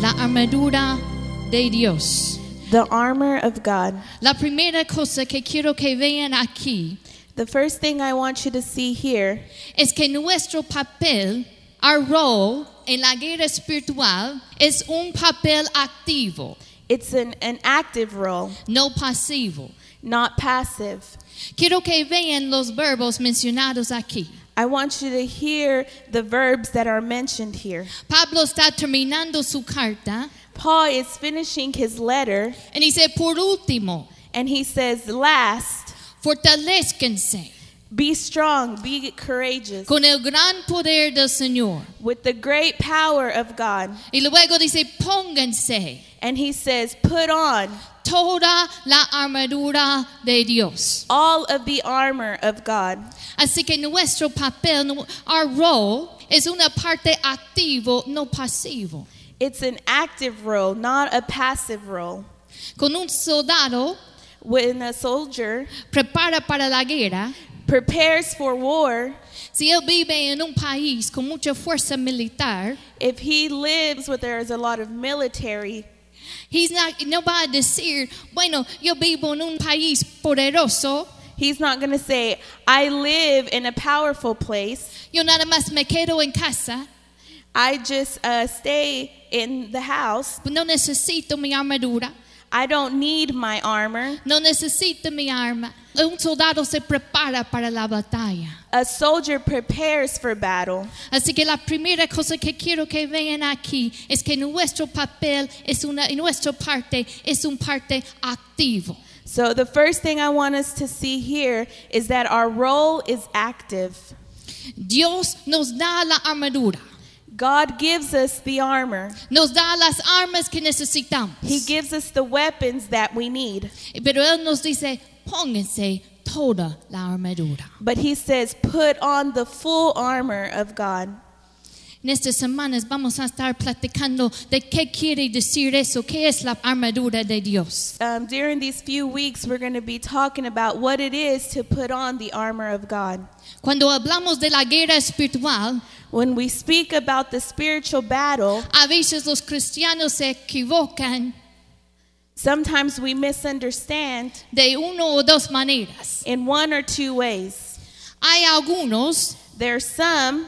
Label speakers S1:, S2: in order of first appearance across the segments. S1: armadura de Dios.
S2: The armor of God.
S1: La primera cosa que quiero que vean aquí
S2: The first thing I want you to see here
S1: es que nuestro papel, our role en la guerra espiritual es un papel activo,
S2: it's an, an active role,
S1: no pasivo.
S2: not passive.
S1: Quiero que vean los verbos mencionados aquí.
S2: I want you to hear the verbs that are mentioned here.
S1: Pablo está terminando su carta
S2: Paul is finishing his letter
S1: y dice, por último,
S2: and he says, Last,
S1: fortalezcanse
S2: be strong, be courageous
S1: con el gran poder del Señor.
S2: with the great power of God.
S1: Y luego dice, pónganse
S2: And he says, Put on
S1: toda la armadura de Dios.
S2: all of the armor of God.
S1: Así que nuestro papel, nu- our role, es una parte activo, no pasivo.
S2: It's an active role, not a passive role.
S1: Con un soldado
S2: When a soldier
S1: prepara para la guerra,
S2: prepares for war,
S1: si él vive en un país con mucha fuerza militar,
S2: if he lives where there is a lot of military,
S1: he's not, no va a decir, bueno, yo vivo en un país poderoso,
S2: he's not going to say, I live in a powerful place.
S1: yo nada más me quedo en casa,
S2: I just uh, stay in the house.
S1: no necesito mi armadura,
S2: I don't need my armor.
S1: no necesito mi arma. Un soldado se prepara para la batalla.
S2: A soldier prepares for battle.
S1: Así que la primera cosa que quiero que vean aquí es que nuestro papel es una, y nuestra parte es un parte activo.
S2: So, the first thing I want us to see here is that our role is active.
S1: Dios nos da la armadura,
S2: God gives us the armor,
S1: nos da las armas que necesitamos,
S2: He gives us the weapons that we need.
S1: pero Él nos dice, pónganse toda la armadura.
S2: But He says, put on the full armor of God.
S1: En estas semanas vamos a estar platicando de qué quiere decir eso, qué es la armadura de Dios.
S2: Um, during these few weeks, we're going to be talking about what it is to put on the armor of God.
S1: Cuando hablamos de la guerra espiritual,
S2: When we speak about the spiritual battle,
S1: a veces los cristianos se equivocan
S2: sometimes we misunderstand
S1: de uno o dos maneras.
S2: in one or two ways.
S1: Hay algunos
S2: There are some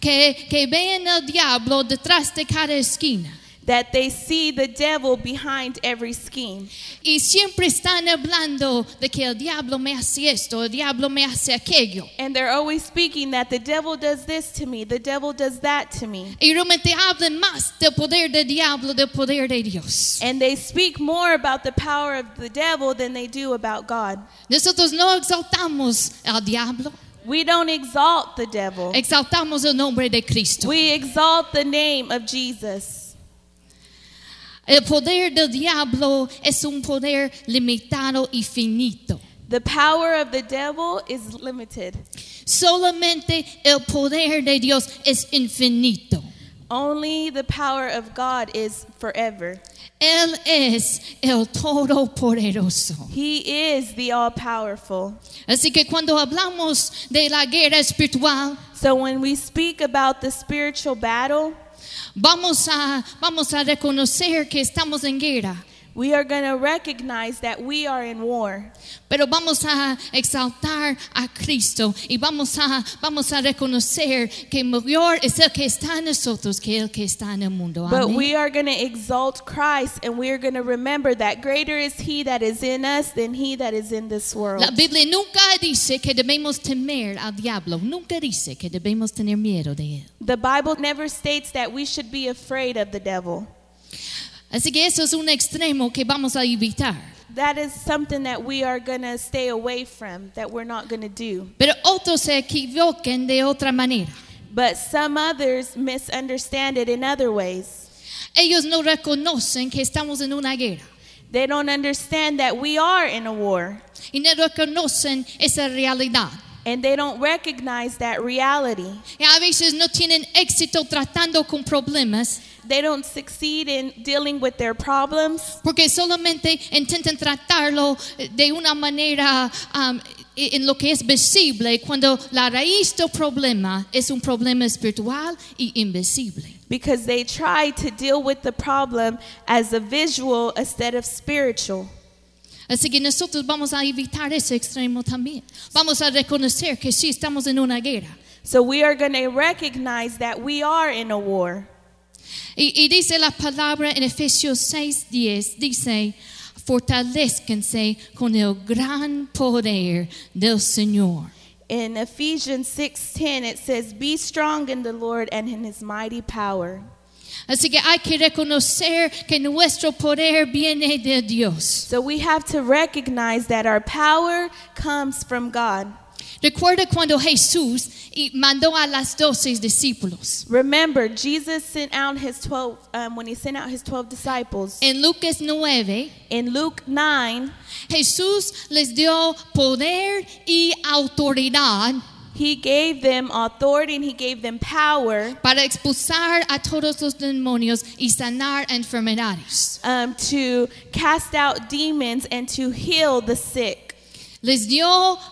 S1: que, que ven al diablo detrás de cada esquina
S2: that they see the devil behind every scheme,
S1: y siempre están hablando de que el diablo me hace esto, el diablo me hace aquello.
S2: and they're always speaking that the devil does this to me, the devil does that to me.
S1: Y realmente hablan más del poder del diablo, del poder de Dios.
S2: And they speak more about the power of the devil than they do about God.
S1: Nosotros no exaltamos al diablo,
S2: We don't exalt the devil.
S1: exaltamos el nombre de Cristo.
S2: We exalt the name of Jesus.
S1: El poder del diablo es un poder limitado y finito.
S2: The power of the devil is limited.
S1: Solamente el poder de Dios es infinito.
S2: Only the power of God is forever.
S1: Él es el Todopoderoso.
S2: He is the all powerful.
S1: Así que cuando hablamos de la guerra espiritual,
S2: So when we speak about the spiritual battle,
S1: vamos a, vamos a reconocer que estamos en guerra,
S2: we are going to recognize that we are in war,
S1: pero vamos a exaltar a Cristo y vamos a, vamos a reconocer que mayor es el que está en nosotros que el que está en el mundo.
S2: but
S1: Amén.
S2: we are going to exalt Christ and we are going to remember that greater is He that is in us than He that is in this world.
S1: La Biblia nunca dice que debemos temer al diablo, nunca dice que debemos tener miedo de él.
S2: The Bible never states that we should be afraid of the devil.
S1: Así que eso es un extremo que vamos a evitar.
S2: That is something that we are going to stay away from, that we're not going to do.
S1: Pero otros se equivoquen de otra manera.
S2: But some others misunderstand it in other ways.
S1: Ellos no reconocen que estamos en una guerra
S2: They don't understand that we are in a war,
S1: y no reconocen esa realidad.
S2: and they don't recognize that reality.
S1: Y a veces no tienen éxito tratando con problemas
S2: They don't succeed in dealing with their problems
S1: porque solamente intentan tratarlo de una eh, manera um, en lo que es visible cuando la raíz del problema es un problema espiritual y invisible.
S2: because they try to deal with the problem as a visual instead of spiritual.
S1: Así que nosotros vamos a evitar ese extremo también. Vamos a reconocer que sí estamos en una guerra.
S2: So we are going to recognize that we are in a war.
S1: Y, y dice la palabra en Efesios 6:10, dice, fortalezcanse con el gran poder del Señor.
S2: In Ephesians 6:10 it says, "Be strong in the Lord and in his mighty power."
S1: Así que hay que reconocer que nuestro poder viene de Dios.
S2: So we have to recognize that our power comes from God.
S1: Recuerda cuando Jesús y- mandó a las doce discípulos.
S2: Remember, Jesus sent out his 12 um, when he sent out his 12 disciples.
S1: En Lucas 9,
S2: In Luke 9,
S1: Jesús les dio poder y autoridad
S2: he gave them authority and he gave them power
S1: para expulsar a todos los demonios y sanar enfermedades.
S2: um, to cast out demons and to heal the sick.
S1: Les dio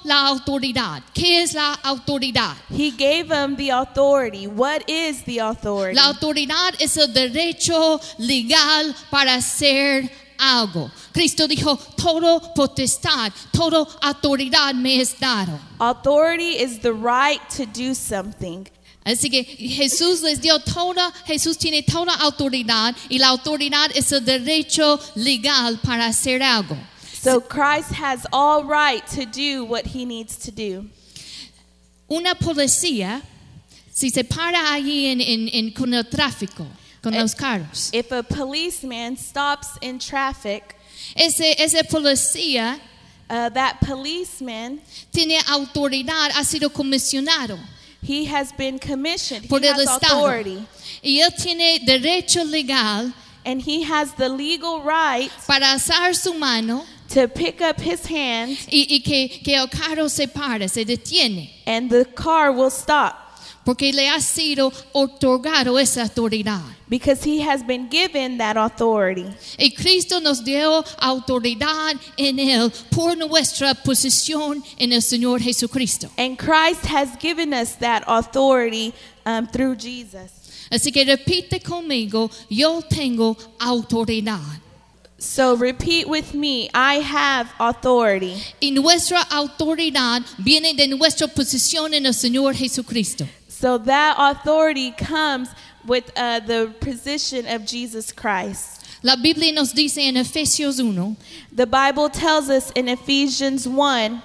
S1: la autoridad. ¿Qué es la autoridad?
S2: He gave them the authority. What is the authority?
S1: La autoridad es el derecho legal para hacer algo. Cristo dijo, todo potestad, toda autoridad me es dado.
S2: Authority is the right to do something.
S1: Así que Jesús les dio toda, Jesús tiene toda autoridad y la autoridad es el derecho legal para hacer algo.
S2: So Christ has all right to do what he needs to do.
S1: Una policía, si se para allí en, en- en- con el tráfico, con
S2: Eh.
S1: los carros,
S2: If a policeman stops in traffic,
S1: ese, ese policía
S2: uh, that policeman,
S1: tiene autoridad, ha sido comisionado
S2: he has been commissioned.
S1: por
S2: he
S1: el
S2: has
S1: Estado.
S2: authority.
S1: Y él tiene derecho legal
S2: And he has the legal right
S1: para alzar su mano
S2: to pick up his hand
S1: y, y que, que el carro se para, se detiene,
S2: and the car will stop
S1: porque le ha sido otorgado esa autoridad.
S2: because he has been given that authority.
S1: Y Cristo nos dio autoridad en él por nuestra posición en el Señor Jesucristo.
S2: And Christ has given us that authority um, through Jesus.
S1: Así que repite conmigo, yo tengo autoridad.
S2: So repeat with me I have authority.
S1: Y nuestra autoridad viene de nuestra posición en el Señor Jesucristo.
S2: So that authority comes with uh, the position of Jesus Christ.
S1: La Biblia nos dice en Efesios 1
S2: The Bible tells us in Ephesians 1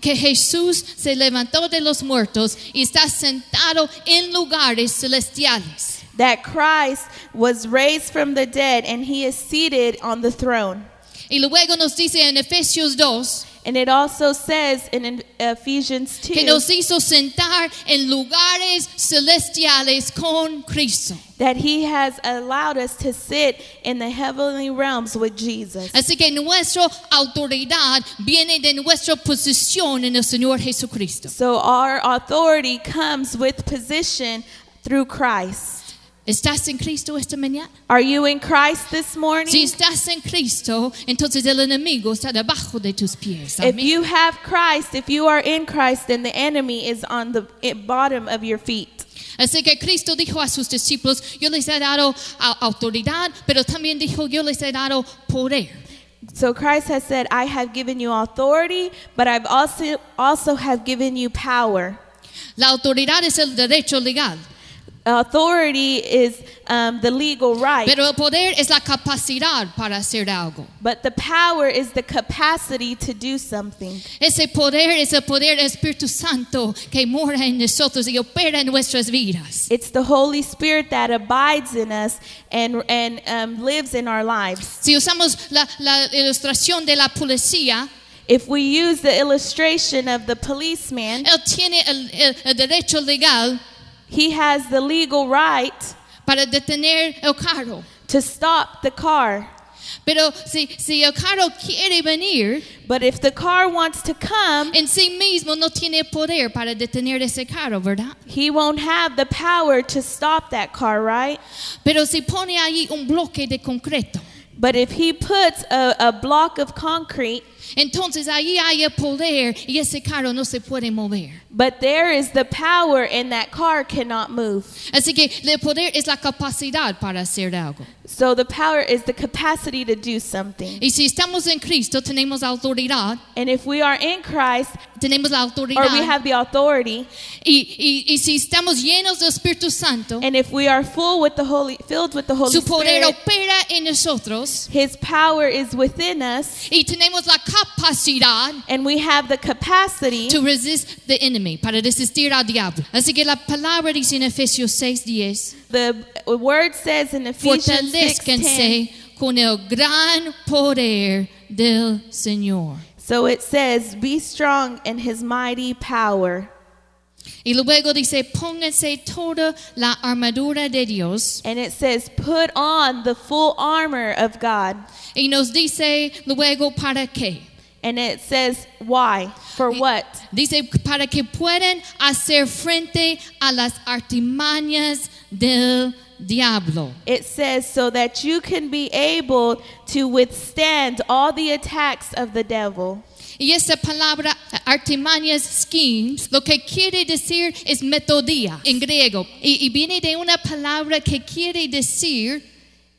S1: que Jesús se levantó de los muertos y está sentado en lugares celestiales.
S2: that Christ was raised from the dead and he is seated on the throne.
S1: Y luego nos dice en Efesios 2
S2: And it also says in Ephesians 2
S1: que nos hizo sentar en lugares celestiales con Cristo.
S2: that he has allowed us to sit in the heavenly realms with Jesus.
S1: Así que nuestra autoridad viene de nuestra posición en el Señor Jesucristo.
S2: So our authority comes with position through Christ.
S1: ¿Estás en Cristo esta mañana?
S2: Are you in Christ this morning?
S1: Si estás en Cristo, entonces el enemigo está debajo de tus pies.
S2: If
S1: Amén.
S2: you have Christ, if you are in Christ, then the enemy is on the eh, bottom of your feet.
S1: Así que Cristo dijo a sus discípulos, yo les he dado a- autoridad, pero también dijo, yo les he dado poder.
S2: So Christ has said, I have given you authority, but I've also also have given you power.
S1: La autoridad es el derecho legal,
S2: Authority is um, the legal right,
S1: pero el poder es la capacidad para hacer algo.
S2: but the power is the capacity to do something.
S1: Ese poder es el poder del Espíritu Santo que mora en nosotros y opera en nuestras vidas.
S2: It's the Holy Spirit that abides in us and and um, lives in our lives.
S1: Si usamos la, la ilustración de la policía,
S2: If we use the illustration of the policeman,
S1: él tiene el- el- el derecho legal
S2: he has the legal right.
S1: para detener el carro.
S2: to stop the car.
S1: Pero si, si el carro quiere venir,
S2: But if the car wants to come,
S1: en sí mismo no tiene poder para detener ese carro, ¿verdad?
S2: he won't have the power to stop that car, right?
S1: Pero si pone ahí un bloque de concreto
S2: But if he puts a, a block of concrete
S1: Entonces ahí hay el poder y ese carro no se puede mover.
S2: But there is the power, and that car cannot move.
S1: Así que el poder es la capacidad para hacer algo.
S2: So the power is the capacity to do something.
S1: Y si estamos en Cristo, tenemos autoridad,
S2: And if we are in Christ,
S1: tenemos la
S2: or we
S1: autoridad.
S2: have the authority,
S1: Y, y- y si estamos llenos del Espíritu Santo,
S2: and if we are full with the Holy, filled with the Holy
S1: su poder
S2: Spirit,
S1: opera en nosotros
S2: His power is within us,
S1: y tenemos la capacidad
S2: and we have the capacity
S1: to resist the enemy, para resistir al diablo. Así que la palabra dice en Efesios 6:10,
S2: The word says in Ephesians 6:10.
S1: fortalezcanse con el gran poder del Señor.
S2: So it says, "Be strong in His mighty power."
S1: Y luego dice, pónganse toda la armadura de Dios.
S2: And it says, "Put on the full armor of God."
S1: Y nos dice luego para qué.
S2: And it says, "Why? For
S1: Y-
S2: what?"
S1: Dice, para que puedan hacer frente a las artimañas del diablo.
S2: It says so that you can be able to withstand all the attacks of the devil.
S1: Y esa palabra artimañas schemes, lo que quiere decir es metodía en griego. Y, y viene de una palabra que quiere decir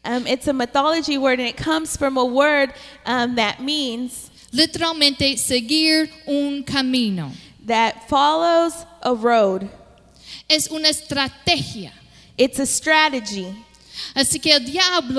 S2: Um, it's a mythology word, and it comes from a word um, that means
S1: literalmente seguir un camino.
S2: that follows a road.
S1: Es una estrategia.
S2: It's a strategy.
S1: Así que el diablo